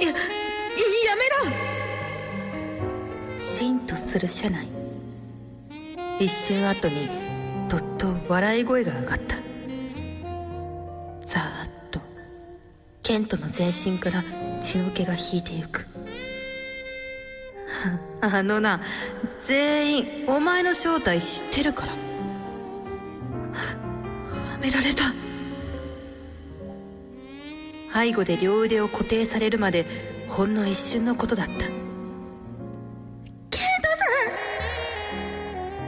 ややめろシーンとする車内一瞬後にどっと笑い声が上がったざーっとケントの全身から血の気が引いてゆくあのな全員お前の正体知ってるからはめられた背後で両腕を固定されるまでほんの一瞬のことだったケント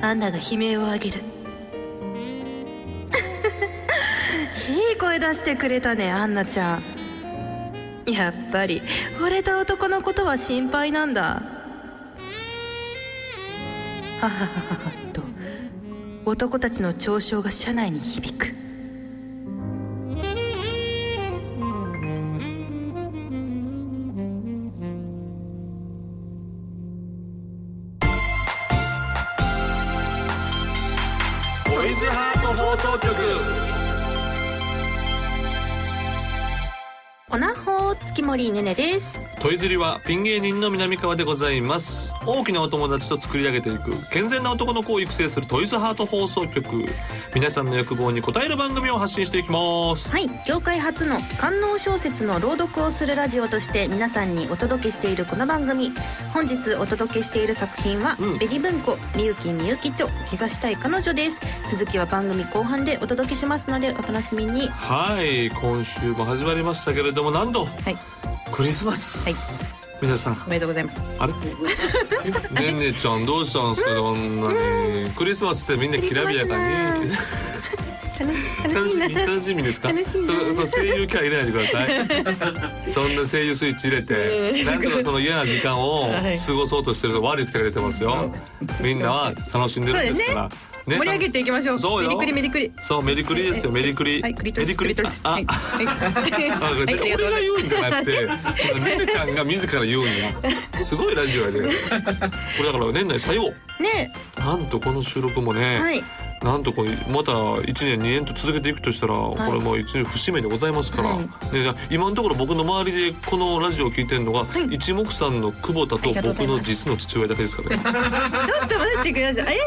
さんアンナが悲鳴を上げるいい声出してくれたねアンナちゃんやっぱり惚れた男のことは心配なんだははははと男たちの嘲笑が車内に響くトイズハート放送局おなほ月森ねねですトイズリはピン芸人の南川でございます大きなお友達と作り上げていく健全な男の子を育成するトイズハート放送局皆さんの欲望に応える番組を発信していきますはい業界初の官能小説の朗読をするラジオとして皆さんにお届けしているこの番組本日お届けしている作品は「うんベリ文庫みゆきみゆき著怪我したい彼女」です続きは番組後半でお届けしますのでお楽しみにはい今週も始まりましたけれどもなんとはいクリスマス、はい皆さんおめでとうございます あれねんねちゃんどうしたんですかこんなにクリスマスってみんなきらびやかに楽しみ楽しみですか楽しいなそそ声優キャラ入れないでくだ さいそんな声優スイッチ入れて何とかその嫌な時間を過ごそうとしてる悪い癖が出てますよみんなは楽しんでるんですからね盛り上げていきましょうそうよメリクリメリクリそうメリクリですよメリクリはいクリトリスクメリトリクリリスあはいはいあはいありがとう俺ごがざい言うんじゃなくてねねちゃんが自ら言うんやすごいラ ジオやでこれだから年内最後ねなんとこの収録もね、はいなんとこれまた1年2年と続けていくとしたら、これもう1年節目でございますから、はで今のところ僕の周りでこのラジオを聞いてるのが、一目散の久保田とありがとうござ僕いますの実の父親だけですから ねちょっと待ってください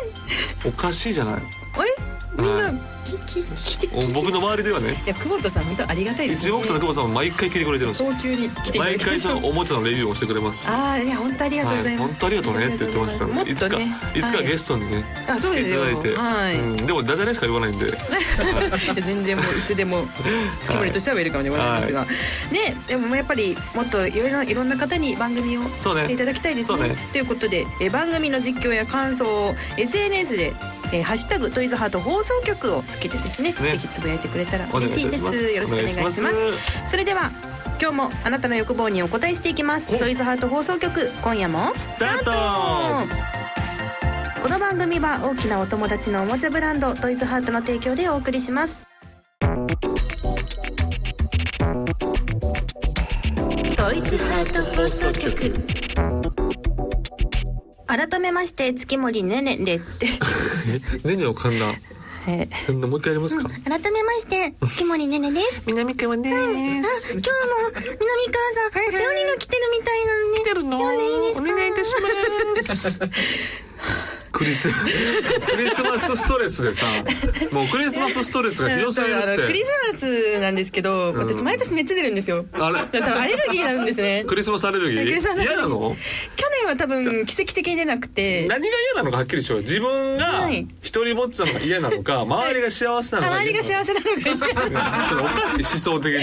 おかしいじゃないあれあれみんはないきき聞いていお僕の周りではねや久保田さん本当ありがたいです一目散の久保さんは毎回聞いてくれてるんですよ早急に来てくれ毎回そのおもちゃのレビューをしてくれますしああいや本当ありがとうございま本す、当ありがとうねって言ってましたもっとねいつか、いつかゲストにね、あそうでい、すたよだいて、はい、うんでもダジャレしか言わないんで全然もういつでも月森としてはウェルカムでございますが、ねでもやっぱりもっといろいろいろんな方に番組をそうねしていただきたいですそうねねということでえ番組の実況や感想を SNS でえーハッシュタグトイズハート放送局をつけてですねねぜひつぶやいてくれたらお願い嬉いしいでたしすますよろしくお願いしますお願いしそれでは今日もあなたの欲望にお答えしていきますトイズハート放送局今夜もスタートこの番組は大きなお友達のおもちゃブランドトイズハートの提供でお送りしますトイズハート放送局改めまして月森ねねれってえねねを噛んだえ噛んだもう一回やりますか、改めまして月森ねねです南川でーあ今日も南川さん料理が来てるみたいなのね来てるの読んでいいですかお願いいたしますクリスクリスマスストレスでさもうクリスマスストレスがひどすぎるあっのクリてスマスなんですけど、私毎年熱出るんですよあれだからアレルギーなんです ねクリスマスアレルギクリスマスーアレルギー嫌なの去年は多分奇跡的に出なくて何が嫌なのかはっきりしよう自分がはい一人ぼっちなのが嫌なのか周りが幸せなのか周りが幸せなのがいいそれおかしい思想的 に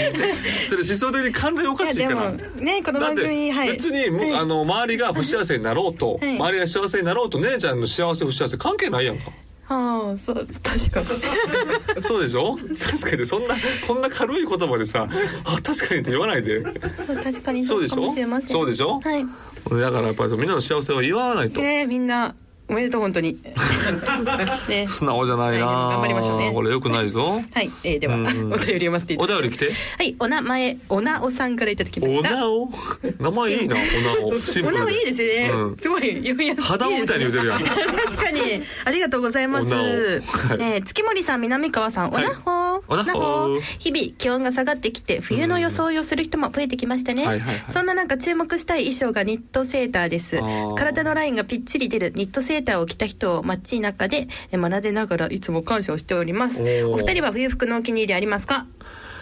それ思想的に完全におかしいやかでもらねこのだっ番組てはい別に、むあの周りが不幸せになろうと、い周りが幸せになろうと姉ちゃんの幸せ不幸せ関係ないやんかああそう確か そうでしょ確かにそんなこんな軽い言葉でさ「あ確かに」って言わないでそう確かにそそううでしかょもしれませんそうでしょはいだからやっぱりみんなの幸せを祝わないとにねみんなおめでとう本当にね 素直じゃないな、はい頑張りましょうねこれよくない ぞはい、えー、ではうおん便り読ませていたおだき便り来てはいお名前おなおさんからいただき「ましおたなお」名前いいな「 おなお」シンプおルでなおいいですね、うんすごい読みやすい肌男みたいに言うてるやん確かにありがとうございます、おなおはえいー、月森さん南川さんおはいなほー、ほおなほ日々気温が下がってきて冬の装いをする人も増えてきましたね、うんはいはいはいそんな中注目したい衣装がニットセーターですあー体のラインがぴっちり出るニットセーターを着た人を街中で学べながらいつも感謝をしておりますおーお二人は冬服のお気に入りありますか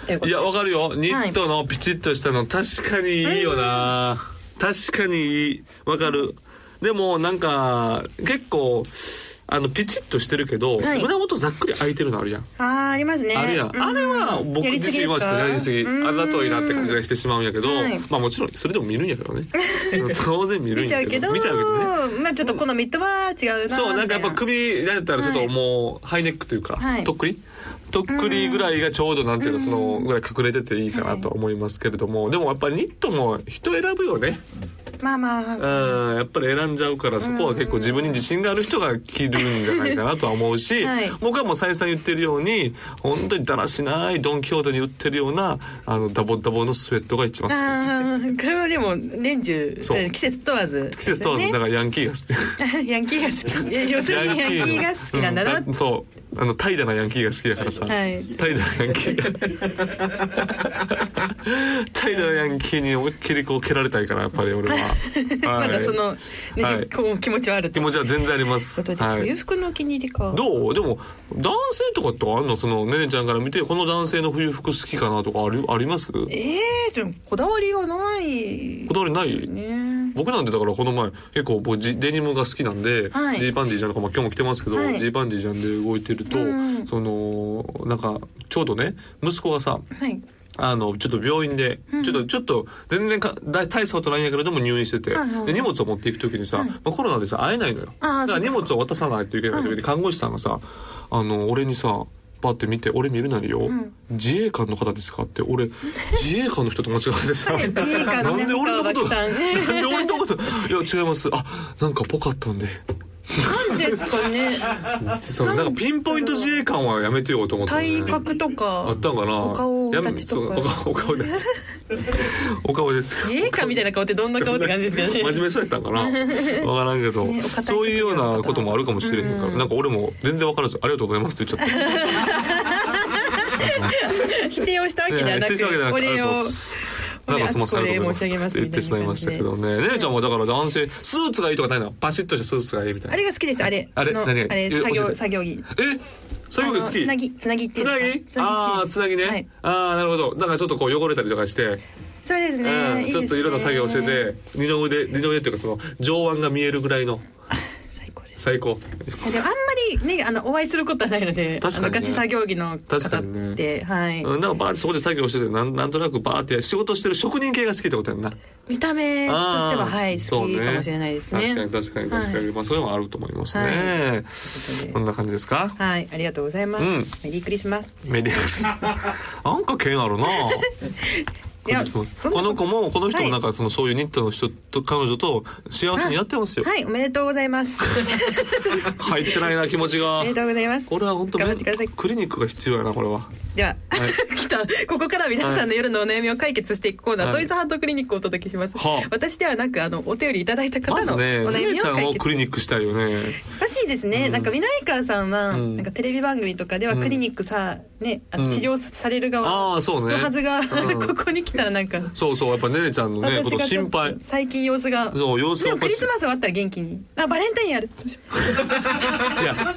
ということいでやわかるよニットのピチッとしたの確かにいいよな、確かにいいわかるでもなんか結構あのピチッとしてるけど、はい胸元ざっくり開いてるのあるやん、あーありますねあるやん、うんあれは僕やりす自ぎ身はちょっとやりすぎですかあざといなって感じがしてしまうんやけど、はいまあもちろんそれでも見るんやけ どね当然見るん見ちゃやうけけどど見ちゃうけどねまあちょっと好みとは違うなみたいなそうなんかやっぱ首だったらちょっともうハイネックというか、はいとっくりとっくりぐらいがちょうどなんていうのそのぐらい隠れてていいかなと思いますけれども、でもやっぱりニットも人選ぶよね、まあまあうん、やっぱり選んじゃうからそこは結構自分に自信がある人が着るんじゃないかなとは思うし、はい僕はもう再三言ってるように本当にだらしないドン・キホーテに売ってるようなあのダボダボのスウェットが一番好きです。あーこれはでも年中そうえー季節問わず季節問わずだからヤンキーが好 きヤンキーが好きいや要するにヤンキーが好きなんだなうたそうあの怠惰なヤンキーが好きだからさ、はい怠惰なヤンキーが 怠惰なヤンキーに思いっきりこう蹴られたいからやっぱり俺は、は まいだそのね、はいこう気持ちはある気という持ちは全然ありまこすとで、は冬い服のお気に入りかどうでも男性とかってあんのそのねねちゃんから見てこの男性の冬服好きかなとかありありますこええー、でもこだわりがないだわりないね僕なんてだからこの前結構僕ジデニムが好きなんでジー、はいパンジージャンとか、まあ、今日も着てますけどジー、はいパンジージャンで動いてると、うんそのなんかちょうどね息子がさ はいあのちょっと病院で、ちょっとちょっと全然か大大したことないんやけれども入院してて、はいはいはいで荷物を持っていく時にさ、まあ、コロナでさ会えないのよだあーから荷物を渡さないといけない時で、看護師さんがさあの俺にさパって見て俺見るなりよ、自衛官の方ですかっ て俺自衛官の人と間違えてさ自衛官のなんで俺のこと中川さなんんで俺のこといや違いますあなんかぽかったんでなんですかねそのなんかピンポイント自衛官はやめてよと思って、体格とあかったんかなお顔立ちとかやめそうお顔お 顔立ちお顔です自衛官みたいな顔ってどんな顔って感じですけどね 真面目そうやったん かなわからんけど、ねお堅いそういうようなこともあるかもしれへんから、うんなんか俺も全然わからず「ありがとうございます」って言っちゃっ否定をしたわ て、けではな否定したわけじゃなくくてあり俺がをとうご ざいますなんかすみませんありがとうございますって言ってしまいましたけどね。ねねちゃんもだから男性スーツがいいとかないのパシッとしたスーツがいいみたあいな。れが好きですあれあれの何あれえ作教え業て作業着えそういうの好あのきつなぎつなぎっていつうのなかぎつなぎ好きああですつなぎね、はいああなるほどなんかちょっとこう汚れたりとかして、そうですうんねいいですちねょっといろんな作業をしてて二の腕二の腕っていうかその上腕が見えるぐらいの最高です最高でもあんまりねあのお会いすることはないので確かにねあのガチ作業着の方確かにっねて、はい、うん、なんかバーってそこで作業しててなんなんとなくバーって仕事してる職人系が好きってことやんな。見た目とあーしてははいそ好うきかもしれないですね確かに確かに確かに、まあそういうのもあると思いますね。こんな感じですか。はいありがとうございます、うんメリークリスマスメディアル。 なんか剣あるな。いやクリスマスそんなこことの子もこの人はもいなんかそのそういうニットの人と彼女と幸せにやってますよ。はいおめでとうござい ます入ってないな気持ちおがめで。とうございますこれは本当頑張ってくださいクリニックが必要やなこれは。では、 来たここから皆さんの夜のお悩みを解決していくコーナー、はいトイズハートクリニックをお届けします、はあ私ではなくあのお手寄りいただいたま方ずのおね、悩み姉をちゃん解をク決リニックしたいよね。おかしいですね、なんか南川さんは、うんなんかテレビ番組とかではうんクリニックさ、ねあうんの治療されるあ側あそうのね。はずが、うん ここに来たらなんかそうそうやっぱねねちゃんのねこ私とがちょ心っと配。最近様子がそう様子でがおもクかリしスマス終わったら元気にあバレンタインやるどうしようい。いやそんなこ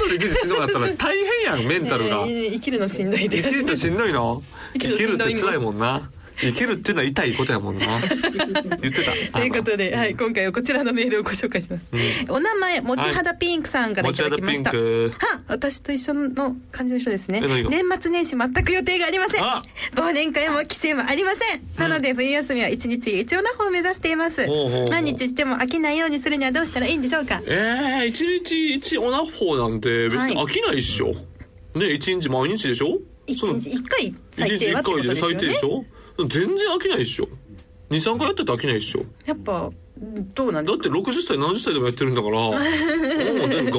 とできるしなかったら大変やんメンタルが。えー生きるのしんどいで生き るってしんどいの。生生ききるのるってしんどいもん辛いもんな。生きるっていうのは痛いことやもんな。言ってた。 ということで、はい、今回はこちらのメールをご紹介します、お名前もちはだピンクさんからい持ちただ肌きまピしンた、ク。は私と一緒の感じの人ですねえ何が年末年始全く予定がありませんあ忘年会も帰省もありませんなので冬休みは一日一応な方を目指していますほうほうほう毎日しても飽きないようにするにはどうしたらいいんでしょうかええ一日一オナホなんて別に飽きないっしょ。ね一日毎日でしょ。一そう日一回一最日低は一ってことで回ですよ最低でねしょ。全然飽きないっしょ。二三回やってたら飽きないっしょ。やっぱどうなんで だって60歳70歳でもやってるんだからもうガ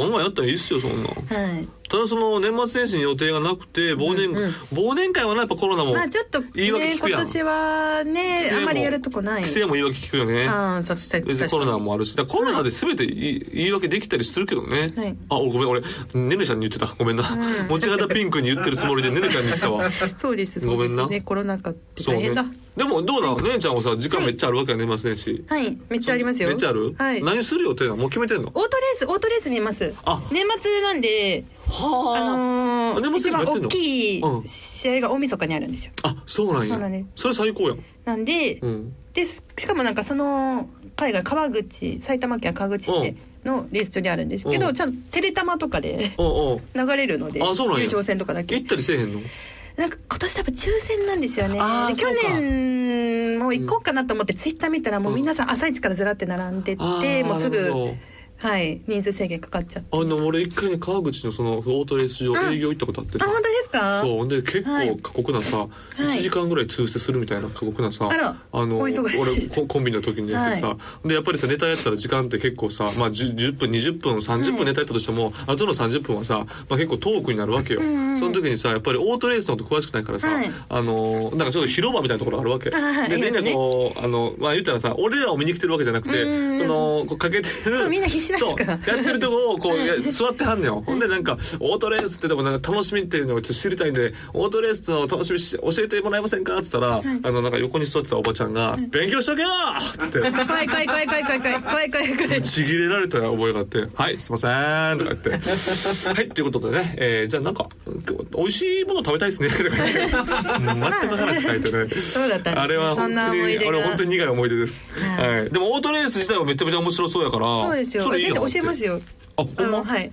ンガンやったらいいっすよそんなはいただその年末年始に予定がなくて忘年、うんうん忘年会はなやっぱコロナもまあちょっと言い訳ね聞今くやん年はね規制あもんまりやるとこない規制も言い訳聞くよねああそっち確別かににコロナもあるしだからコロナで全て言い言い訳できたりするけどね、はいあおごめん俺ねねちゃんに言ってたごめんな、うん持ち方ピンクに言ってるつもりでねねちゃんに言ってたわそうですそうでごすめんねなコロナ禍ってそ う大ね変だでもどうなのねねちゃんもさ時間めっちゃあるわけやねませんしはいめっちゃありますよめっちゃある、はい何する予定なのもう決めてんのオートレースオートレース見ますあ年末なんではあのあ年ー、一末にも番やってんの大きいうん試合が大晦日にあるんですよあそうなんやそうだねそれ最高やんなんで、うんですしかもなんかその海外川口埼玉県川口市でのレース場にあるんですけど、うんちゃんとテレタマとかで おうおう流れるので優あそうなんや勝戦とかだけ行ったりせえへんのなんか今年多分抽選なんですよねあーでそ去うか年も行こうかなと思ってツイッター見たらもう皆さん朝一からずらって並んであてーもうすなるぐほどはい人数制限かかっちゃってあの俺一回ね川口のそのオートレース場うん営業行ったことあってあさ、本当ですかそうで結はい構過酷なさ、い1時間ぐらい通せするみたいな過酷なさあらのお忙俺しいココンビの時にやってさ、はでやっぱりさネタやったら時間って結構さ、まあ、10, 10分20分30分ネタやったとしても、あとの30分はさ、まあ、結構トークになるわけよ、んうんその時にさやっぱりオートレースのこと詳しくないからさ、はいあのなんかちょっと広場みたいなところがあるわけ、はいであみりんますなねこうあの、まあ、言ったらさ俺らを見に来てるわけじゃなくて、うんうんそそうのそうこうかけてるそうみんな必死ですからそうやってるとこをこうや 座ってはんのよほんでなんかオートレースってでもなんか楽しみっていうのをちょっと知りたいんでオートレースの楽しみし教えてもらえませんかっつったら、あのなんか横に座ってたおばちゃんが「勉強しとけよ!」っつって怖い怖い怖い怖い怖い怖い怖い怖い怖いちぎれられた覚えがあって「はいすいません」とか言って「はい」ということでね、えーじゃあなんか「美味しいもの食べたいですね」とか言って全く話変え てね。そうだったんですねあれはそん本当な思いに出あがれ本当に苦い思い出です、はいはい、でもオートレース自体はめちゃめちゃ面白そうやからそうですよそれいい全よ然教えますよあほあんまのはい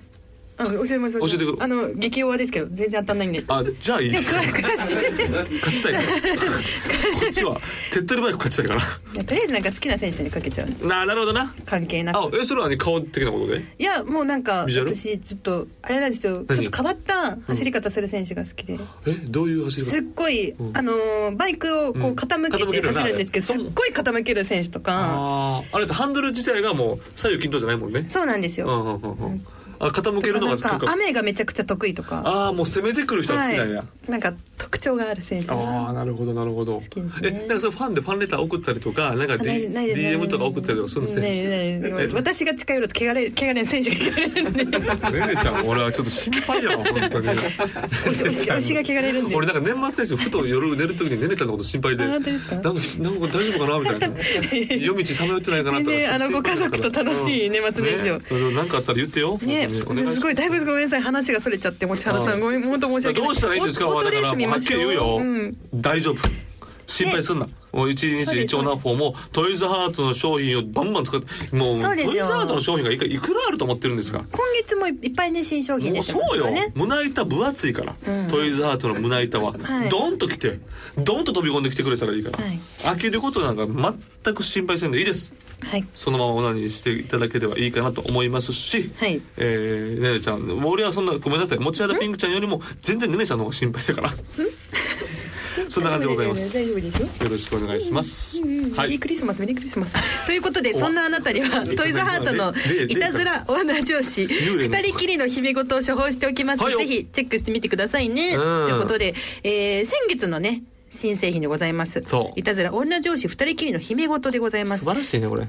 あ教えます教えてくれあの激弱ですけど全然当たんないんであじゃあいい勝 ちたいからこっちは手っ取り早く勝ちたいかいやとりあえずなんか好きな選手にかけちゃうらなあなるほどな関係なくあえそれはね顔的なことでいやもうなんかビジュアル私ちょっとあれなんですよちょ何っと変わった走り方する選手が好きで、えどういう走りすっ方ごい、んあのーバイクをこううん傾け傾てけるよな走るんですけど、あれすっごい傾ける選手とかあーあれってハンドル自体がもう左右均等じゃないもんねそうなんですうよ、んうんうんうんあ傾けるのがとかなんか雨がめちゃくちゃ得意とかああもう攻めてくる人が好きなんや、はい、なんか特徴がある選手ああなるほどなるほど、きですねえなんかそれファンでファンレター送ったりとかなんか、あ D、ないですないです DM とか送ったりとかするんですよなねいですないです私が近寄ると汚れ汚れの選手が汚れるんで ねねちゃん俺はちょっと心配やわ本当に推し推し推しが汚れるんで俺なんか年末年始ふと夜寝る時にねねちゃんのこと心配であなん本か当ですかなんか大丈夫かなみたい な夜道さまよってないかなとか全然あの心配ご家族と楽しい年末ですようんねなんかあったら言ってよね本当にお願しますすごいだいぶごめんなさい話がそれちゃってもちはらさはんいごめん本当申し訳ないどうしたらいいんですかオートだオートかレーらスも見うはまっきしりょう言うよ、うん大丈夫心配すんな、もう一そう日です一応何本もトイズハートの商品をバンバン使ってもうそうですよトイズハートの商品がいくいくらあると思ってるんですか今月もいっぱいね新商品も出うてそますかうよらね胸板分厚いから、トイズハートの胸板は、はいドンと来てドンと飛び込んできてくれたらいいから、はい開けることなんか全く心配せんでいいですはいそのままオナニーしていただければいいかなと思いますし、はいえーねねちゃんもう俺はそんなごめんなさい持ち肌ピンクちゃんよりも全然ねねちゃんの方が心配だから そんな感じでございます大丈よ夫ですよろしくお願いします、はメリいークリスマスメリークリスマス ということでおそんなあなたにはでトイズハートのででいたずら女上司幽霊の二人きりの秘め事を処方しておきますはいよぜひチェックしてみてくださいねうとんいうことでえー先月のね新製品でございますそういたずら女上司二人きりの秘め事でございま素す晴らしいねこれ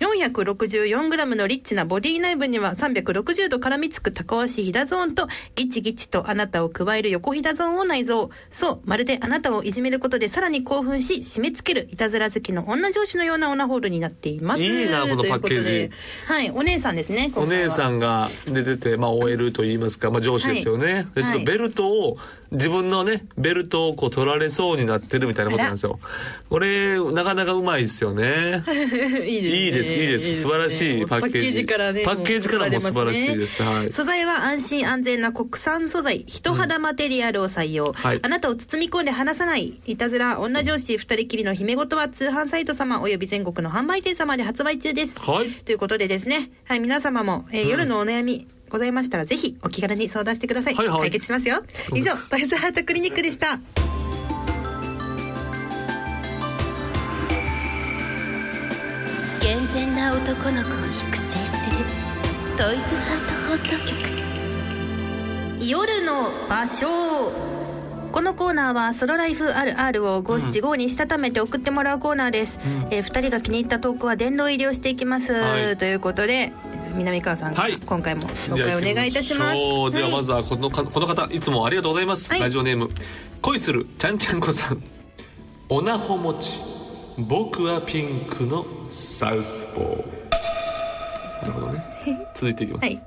464g のリッチなボディ内部には360度絡みつくタコ足ひだゾーンとギチギチとあなたを加える横ひだゾーンを内蔵そうまるであなたをいじめることでさらに興奮し締め付けるいたずら好きの女上司のようなオナホールになっていますいいなこのパッケージということではいお姉さんですねお姉んさんが出てて、まあ、OL と言いますか、まあ、上司ですよね、でちょっとベルトを自分のねベルトをこう取られそうになってるみたいなことなんですよこれなかなかうまいですよねい いいですいいです素晴らしいパッケージからねパッケージからも素晴らしいですもうはい素材は安心安全な国産素材人肌マテリアルを採用、はいあなたを包み込んで離さないいたずら女上司二人きりの姫事は通販サイト様および全国の販売店様で発売中です、はいということでですねはい皆様も、えー夜のお悩みございましたらぜひお気軽に相談してください、はいはい解決しますよ以上トイズハートクリニックでした健全な男の子を育成するトイズハート放送局夜の場所このコーナーはソロライフ RR を五七五にしたためて送ってもらうコーナーです、んえー、2人が気に入ったトークは殿堂入りをしていきます、はいということでえー南川さん、はい今回も紹介お願いいたしますじゃあ行きまょうではまずずはこのかこの方いつもありがとうございます、はいラジオネーム恋するちゃんちゃんこさんおなほもち僕はピンクのサウスポーなるほどね続いていきます、はい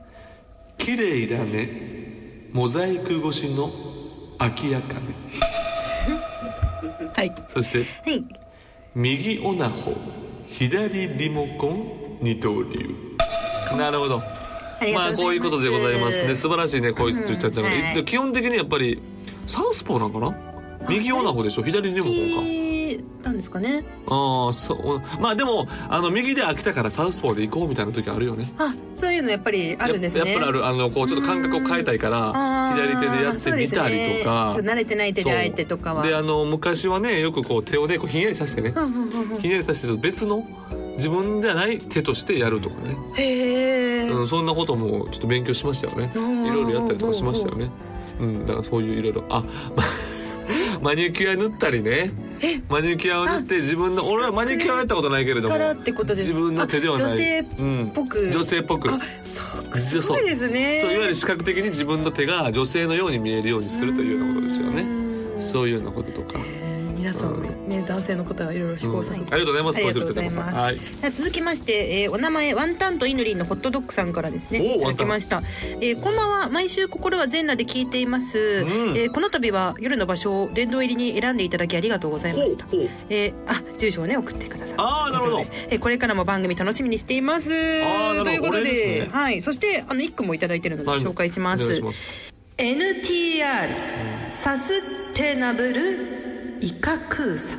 綺麗だねモザイク越しの明やかねはい、そしてはい、右オナホ左リモコン二刀流なるほどありまがあとうございますこういうことでございますね素晴らしいねこいつって言っちゃったから、うんはいで基本的にやっぱりサウスポーなんかな右オナホでしょ左リモコンかなんですかねああそうまあでもあの右で飽きたからサウスポーで行こうみたいな時あるよねあそういうのやっぱりあるんですねやっぱりあるあのこうちょっと感覚を変えたいからあー左手でやってみたりとかそ、うですね慣れてない手で相手とかはそうであの昔はねよくこう手をねこうひんやりさせてね、うんうんうんうんひんやりさせてちょっと別の自分じゃない手としてやるとかね、へえ、うん、そんなこともちょっと勉強しましたよねうんいろいろやったりとかしましたよねうんだからそういういろいろあま マニキュア塗ったりねマニキュアを塗って自分の俺はマニキュアはやったことないけれどもからってことです自分の手ではないあ女性っぽくうん女性っぽくあそうかすごいですねそういわゆる視覚的に自分の手が女性のように見えるようにするというようなことですよねうんそういうようなこととか、皆さんね男性の方はいろいろ試行うんあ錯り誤がとうございますあり小がとうご泉節ざいま子すさんはいさあ続きまして、えーお名前ワンタンとイヌリンのホットドッグさんからですねおーいただきました、えーこんばんは毎週心は全裸で聞いています、んえーこの度は夜の場所を殿堂入りに選んでいただきありがとうございましたほうほうえーあ住所をね送ってくださいあーなるほどえーこれからも番組楽しみにしていますーなるほどということおで礼ですねはい、そしてあの一句もいただいてるのではい紹介しまお願いすします NTR サステナブルイカクー サ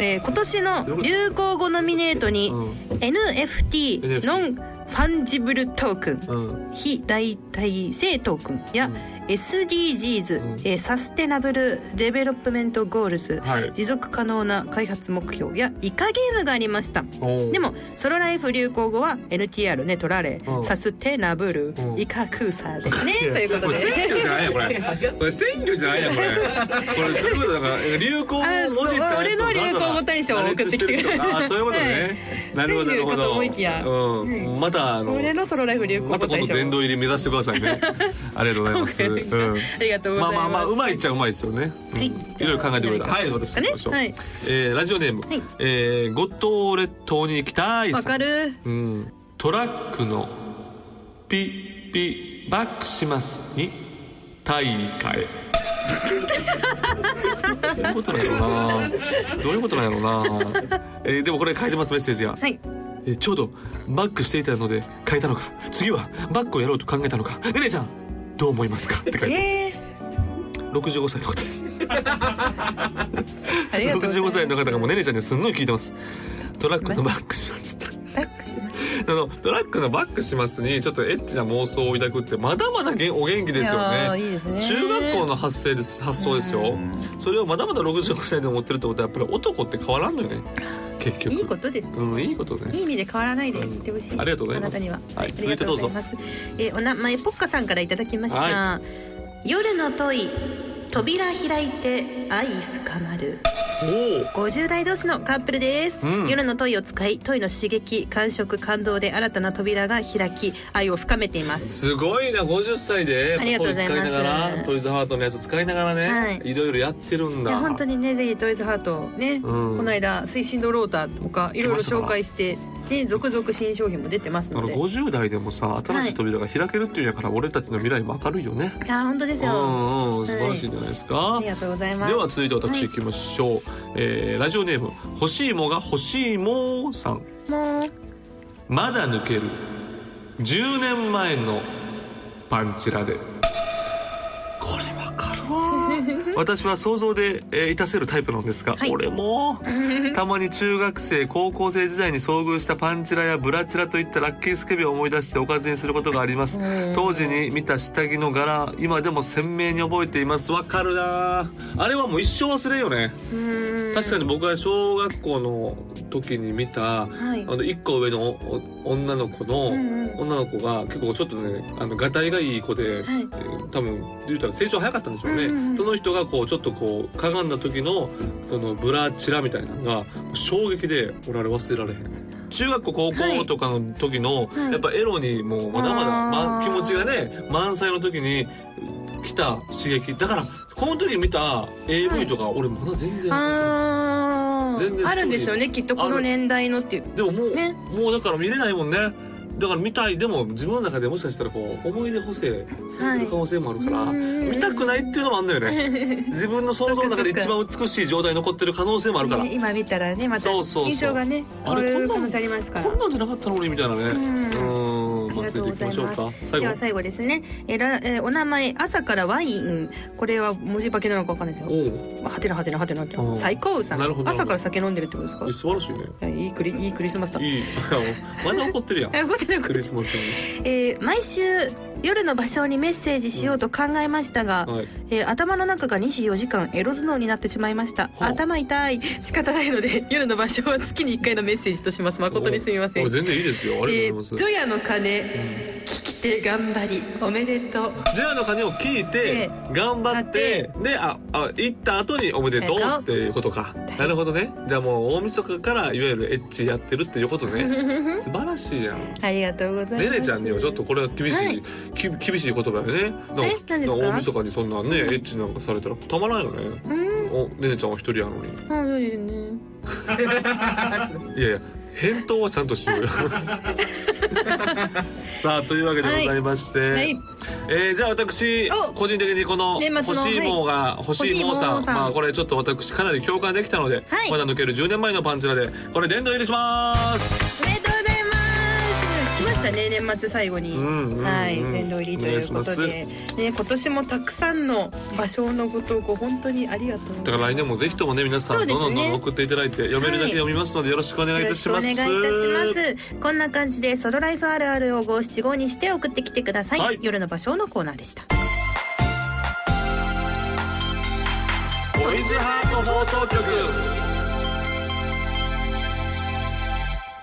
えー今年の流行語ノミネートにうん NFT NFT ノンファンジブルトークンうん非代替性トークンや SDGs、うんえーサステナブルデベロップメントゴールズ、はい持続可能な開発目標やイカゲームがありましたおーでもソロライフ流行語は NTR ね取られ、うんサステナブル、うんイカクーサーですねいやということこれで鮮魚じゃないやんこ れこれ鮮魚じゃないやんこれこれどういうことだから流行語を文字ってやつあそう俺の流行語大賞を送ってきてくれる羅列しるとかあそういうこと ね、なるほどなるほ鮮魚かとど思いきやうん、またあの俺のソロライフ流行ま語た大今度賞、殿堂入り目指してくださ いねありがとうございます、今回うん、ありがとうございますまあまあまあうまいっちゃうまいですよね、うんはいいろいろ考えてくれたじゃあはい私行きましょう、はいえーラジオネーム、はいえー五島列島に行きたいさんわかるうん、トラックのピッピッバックしますに大 会どういうことなんやろなどういうことなんやろな、えーでもこれ書いてますメッセージが、はいえーちょうどバックしていたので変えたのか次はバックをやろうと考えたのかねねちゃんどう思いますかって書いてえ六十五歳の方ですー、ありがとうご六ざ十いま五す歳の方がもうねねちゃんにすんごい聞いてますトラックのバックしますバックしますあのトラックのバックしますにちょっとエッチな妄想を抱くってまだまだげんお元気 ですよいやねーいいですね中学校の発生です発想ですよそれをまだまだ66歳で持ってるってことはやっぱり男って変わらんのよね結局いいことですうんいいことねいい意味で変わらないでいってほしい、うんありがとうございますあなたには、はいありがとうございますえーお名前ポッカさんからいただきました、は夜のトイ扉開いて愛深まるおお50代同士のカップルです、うん夜のトイを使いトイの刺激感触感動で新たな扉が開き愛を深めていますすごいな50歳でありがとうございますトイ使いながらトイズハートのやつ使いながらね、はいいろいろやってるんいだや本当にねぜひトイズハートをね、うんこの間推進ドローターとかいろいろ紹介してね続々新商品も出てますあのので50代でもさ新しい扉が開けるっていうんやから、俺たちの未来も明るいよねいや本当ですうよんうん素晴らしいんじゃないですか、ありがとうございますでは続いて私行きましょう、えーラジオネーム「欲しいもが欲しいも」さんもう「まだ抜ける10年前のパンチラで」これわかるわ 私は想像で、えーいたせるタイプなんですが、はい 俺もたまに中学生高校生時代に遭遇したパンチラやブラチラといったラッキースケベを思い出しておかずにすることがあります当時に見た下着の柄今でも鮮明に覚えていますわかるなああれはもう一生忘れんよね確かに僕が小学校の時に見た、はいあの1個上のお女の子の、女の子が結構ちょっとねあのがたいがいい子で、えー多分言うたら成長早かったんでしょうね、その人がこうちょっとこうかがんだ時のそのブラチラみたいなのが衝撃で俺あれ忘れられへん。中学校高校とかの時の、やっぱエロにもうまだまだ、ま、気持ちがね満載の時に来た刺激だからこの時見た AV とか、俺まだ全然あ全然ーあるんでしょうねきっとこの年代のっていうでももう、ねもうだから見れないもんねだから見たいでも自分の中でもしかしたらこう思い出補正されてる可能性もあるから、見たくないっていうのもあんだよね自分の想像の中で一番美しい状態に残ってる可能性もあるから、ね 今見たらねまたそうそうそう印象がね変あわれるこ可んな能ん性ありますからこんなんじゃなかったのにみたいなねうんありがとうござい忘れていきまましょうかす。最で後は最後ですね。えら、えーお名前、朝からワイン。これは文字化けなのかわかんないですよ。おうはてなはてなはてなってう。ん最高さなるほん。ど朝から酒飲んでるってことですかえ素晴らしいねいやいいクリ、いいクリスマスだ。いいまだ怒って るやんえ、待ってなクくリスマスえー毎週、夜の場所にメッセージしようと考えましたが、に、はい、えー頭の中が24時間エロ頭脳になってしまいました。ほう頭痛い。仕方ないので、 夜の場所は月に1回のメッセージとします。誠にすみませんお。全然いいですよありえがとーうございます、除夜の鐘、聞き手頑張り、おめでとう。ジェアの鐘を聞いてで頑張ってでああ行った後におめでとうおめでとうっていうことかなるほどねじゃあもう大晦日からいわゆるエッチやってるっていうこと ね素晴らしいやんありがとうございます。レネちゃんにはちょっとこれは厳しい、はいき厳しい言葉よねえ何ですか大晦日にそんなねエッチなんかされたらたまらんよねおレネちゃんは一人やのにうん、そうですね。いやいや返答はちゃんとしよう よさあというわけでございまして、はい。えー、じゃあ私お個人的にこの年末の欲しいものが、欲しいものさん欲しいものさんまあこれちょっと私かなり共感できたので、はいまだ抜ける10年前のパンチラでこれ殿堂入りしますおめでとうございます。来ましたね、年末最後に。うんうんうんはい、殿堂入りということお願でい。ね、今年もたくさんの場所のご投稿、本当にありがとうござだいかまら来年もぜひともね皆さそうんですねどんどんどんどん送っていただいて読めるだけ読みますのでよろしくお願いいたします、よろしくお願いいたします。こんな感じで、ソロライフあるあるを五七五にして送ってきてください。はい夜の場所のコーナーでした。トイズハート放送局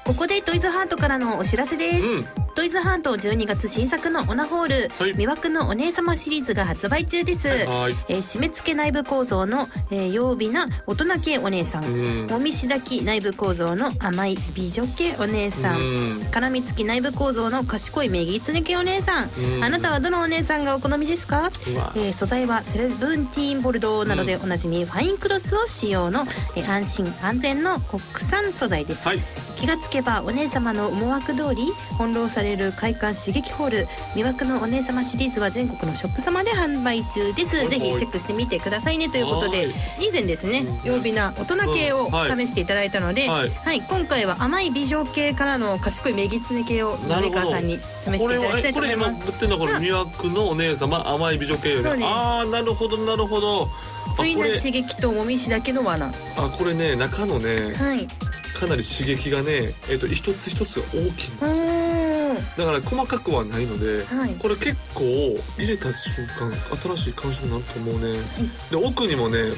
ここでトイズハートからのお知らせです。うんトイズハート12月新作のオナホール、はい魅惑のお姉様シリーズが発売中です。はいえー締め付け内部構造の、えー曜日な大人系お姉さん、うんもみしだき内部構造の甘い美女系お姉さん、うん絡みつき内部構造の賢いメギツネ系お姉さん、うんあなたはどのお姉さんがお好みですか、うわえー素材はセレブンティーンボルドーなどでおなじみ、ファインクロスを使用の、えー安心安全の国産素材です、はい気がつけばお姉様の思惑通り翻弄される快感刺激ホール魅惑のお姉様シリーズは全国のショップ様で販売中です、はいはぜいひチェックしてみてくださいねということでは以前ですねうん曜日な大人系をうんは試いしていただいたので、ははいい今回は甘い美女系からの賢いメギツネ系をなメるーほカどーさんに試していただきたいとこ思れいはえこれ今ます売ってんのはこれ魅惑のお姉様甘い美女系よねそうですああなるほどなるほどあこ不意なれ刺激ともみしだけの罠あこれね中のねはいかなり刺激がね、えっと一つ一つが大きいんおですよーだから細かくはないので、はいこれ結構入れた瞬間新しい感触になると思うね、で奥にもね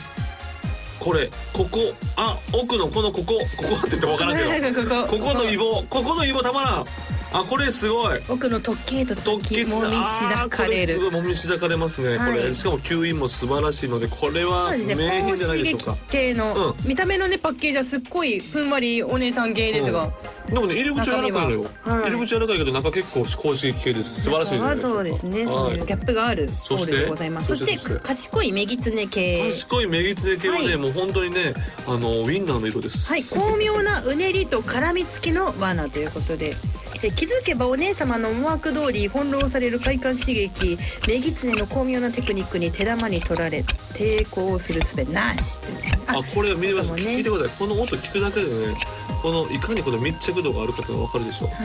これここあ奥のこのここここって言っても分からんけどここのイボここのイボたまらんあこれすごい奥の突起へと突続起きもみしだかれあーこるすごいもみしだかれますね、はいこれしかも吸引も素晴らしいのでこれそはうです名ね、品高じゃない刺でしょう激か系の、見た目のねパッケージはすっごいふんわりお姉さん系ですが、うんでもね入り口は柔らかいのよ、中身ははい入り口は柔らかいけど中結構高刺激系です素晴らしいじゃないですかそうですね、そういうギャップがあるホールでございますそそししてて賢いメギツネ系賢いメギツネ系はね、はいもう本当にねあのウインナーの色ですはい巧妙なうねりと絡みつきの罠ということでで気づけばお姉様の思惑通り翻弄される快感刺激メギツネの巧妙なテクニックに手玉に取られ抵抗する術なしということであこれ見れます、そうだね聞いてくださいこの音聞くだけでねこのいかにこの密着度があるかっていうのが分かるでしょはい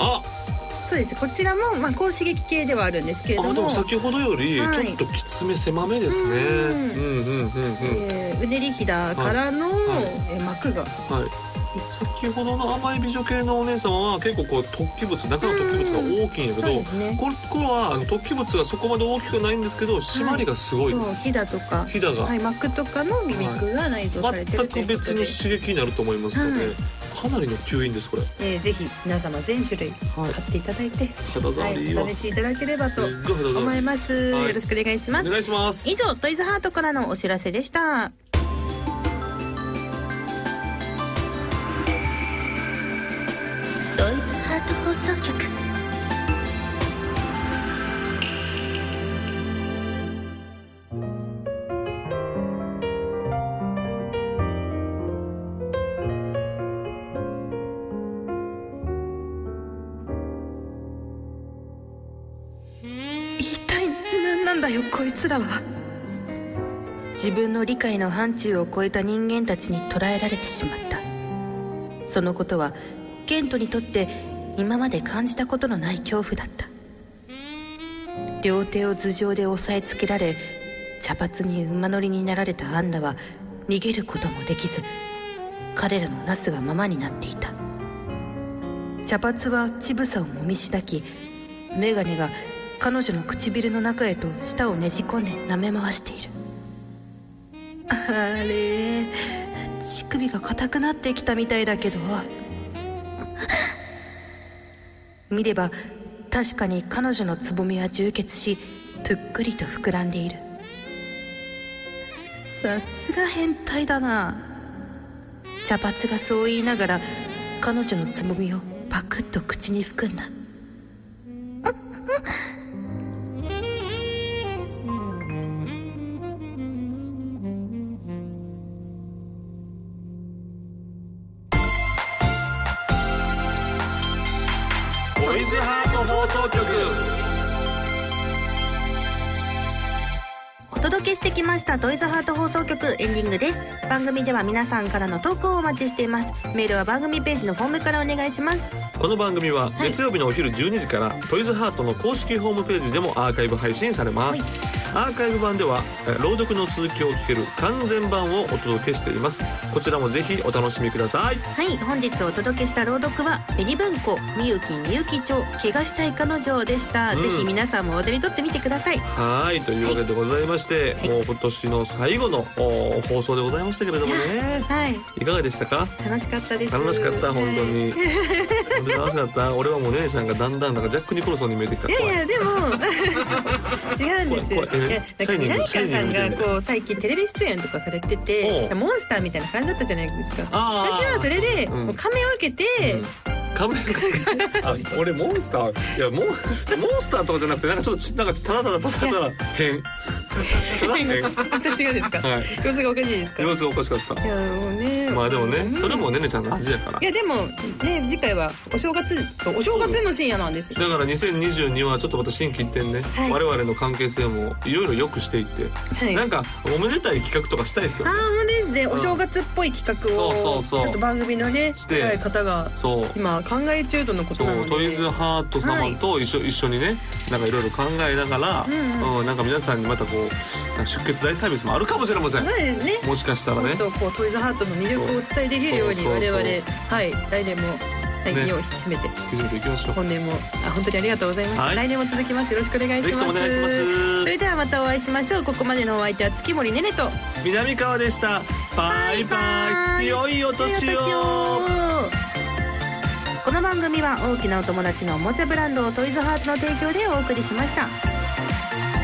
あそうですこちらも、まあ、高刺激系ではあるんですけれどもあでも先ほどよりはいちょっときつめ狭めですね、ううんうんうんうんえーうねりひだからの、はいえー膜がはい先ほどの甘い美女系のお姉様は結構こう突起物中の突起物が大きいんだけそうど、ですねこれこれはあの突起物がそこまで大きくないんですけど締まりがすごいそうです、ひだとか、ひだが、はい、膜とかのギミックが内蔵されてる全というくこと別で、の刺激になると思いますので、はかなりの吸引ですこれえーぜひ皆様全種類買っていただいて、肌触はい、りは、お試しいただければすとっごい肌触思いります、はいよろしくお願いしまおす願いします以上トイズハートからのお知らせでしたドイツハート放送局一体何なんだよこいつらは自分の理解の範疇を超えた人間たちに捕らえられてしまったそのことはケントにとって今まで感じたことのない恐怖だった両手を頭上で押さえつけられ茶髪に馬乗りになられたアンナは逃げることもできず彼らのなすがままになっていた茶髪は乳房をもみしだき眼鏡が彼女の唇の中へと舌をねじ込んで舐め回しているあれ乳首が硬くなってきたみたいだけど見れば確かに彼女のつぼみは充血しぷっくりと膨らんでいるさすが変態だな茶髪がそう言いながら彼女のつぼみをパクッと口に含んだトイズハート放送局お届けしてきましたトイズハート放送局エンディングです番組では皆さんからの投稿をお待ちしていますメールは番組ページのフォームからお願いしますこの番組は月曜日のお昼12時から、トイズハートの公式ホームページでもアーカイブ配信されます、アーカイブ版ではえー朗読の続きを聞ける完全版をお届けしていますこちらもぜひお楽しみくださいはい本日お届けした朗読は「紅文庫みゆきみゆき町怪我したい彼女」でした、うんぜひ皆さんもお手に取ってみてくださいはいというわけでございまして、もう今年の最後のお放送でございましたけれどもねはいいかがでしたか楽しかったです楽しかった本当に本当に楽しかった俺はもう姉ちゃんがだんだんなんかジャック・ニコルソンに見えてきたい怖やいいや でも違うんです怖い怖いいやだシかャらイニング何かシャイニさングんみたいがなこう最近テレビ出演とかされておてうモンスターみたいな感じだったじゃないですかあー私はそれでうんもう仮面を開けて、仮面あ俺モンスターいやモンモンスターとかじゃなくてなんかちょっとちなんかただただただただ変ただ変私がですか、はい様子がおかしいですかい様子がおかしかったやもうねまあでもねうんそれもねねちゃんの味やからいやでもね次回はお正月お正月の深夜なんですよだから2022はちょっとまた新規一転ね、はい我々の関係性もいろいろ良くしていって、はいなんかおめでたい企画とかしたいですよああねほんですねお正月っぽい企画をそうそうそうちょっと番組のねしてはい方がそう今考え中とのことそなのうでトイズハート様と一緒,、一緒にねなんかいろいろ考えながら、うんなんか皆さんにまたこうなんか出血大サービスもあるかもしれません、はいねもしかしたらもねっとこうトイズハートの魅力をお伝えできるようにそうそう我そう々はい来年もはいね身を引き締めて引き締めていきましょう本年もあ本当にありがとうございました、はい来年も続きますよろしくお願いしぜひとまもすお願いしますそれではまたお会いしましょうここまでのお相手は月森ねねと南川でしたバイバイ良いお年をこの番組は大きなお友達のおもちゃブランドトイズハートの提供でお送りしました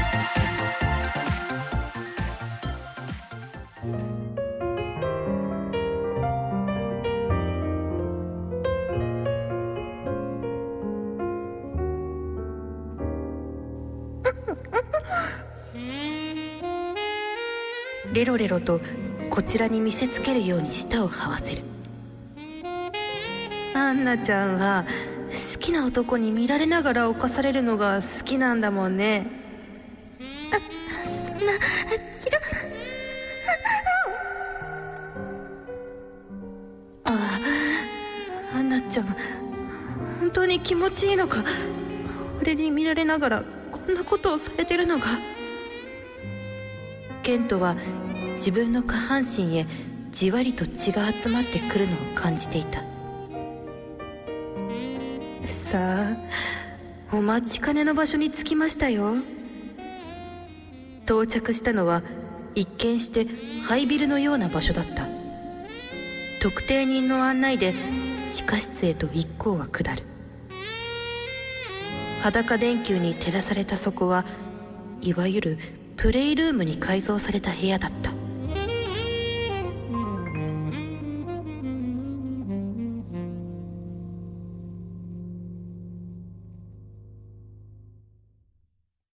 レロレロとこちらに見せつけるように舌を這わせるアンナちゃんは好きな男に見られながら犯されるのが好きなんだもんねあそんな違うあアンナちゃん当に気持ちいいのか俺に見られながらこんなことをされてるのがケントは自分の下半身へじわりと血が集まってくるのを感じていたさあお待ちかねの場所に着きましたよ到着したのは一見して廃ビルのような場所だった特定人の案内で地下室へと一行は下る裸電球に照らされたそこはいわゆるプレイルームに改造された部屋だった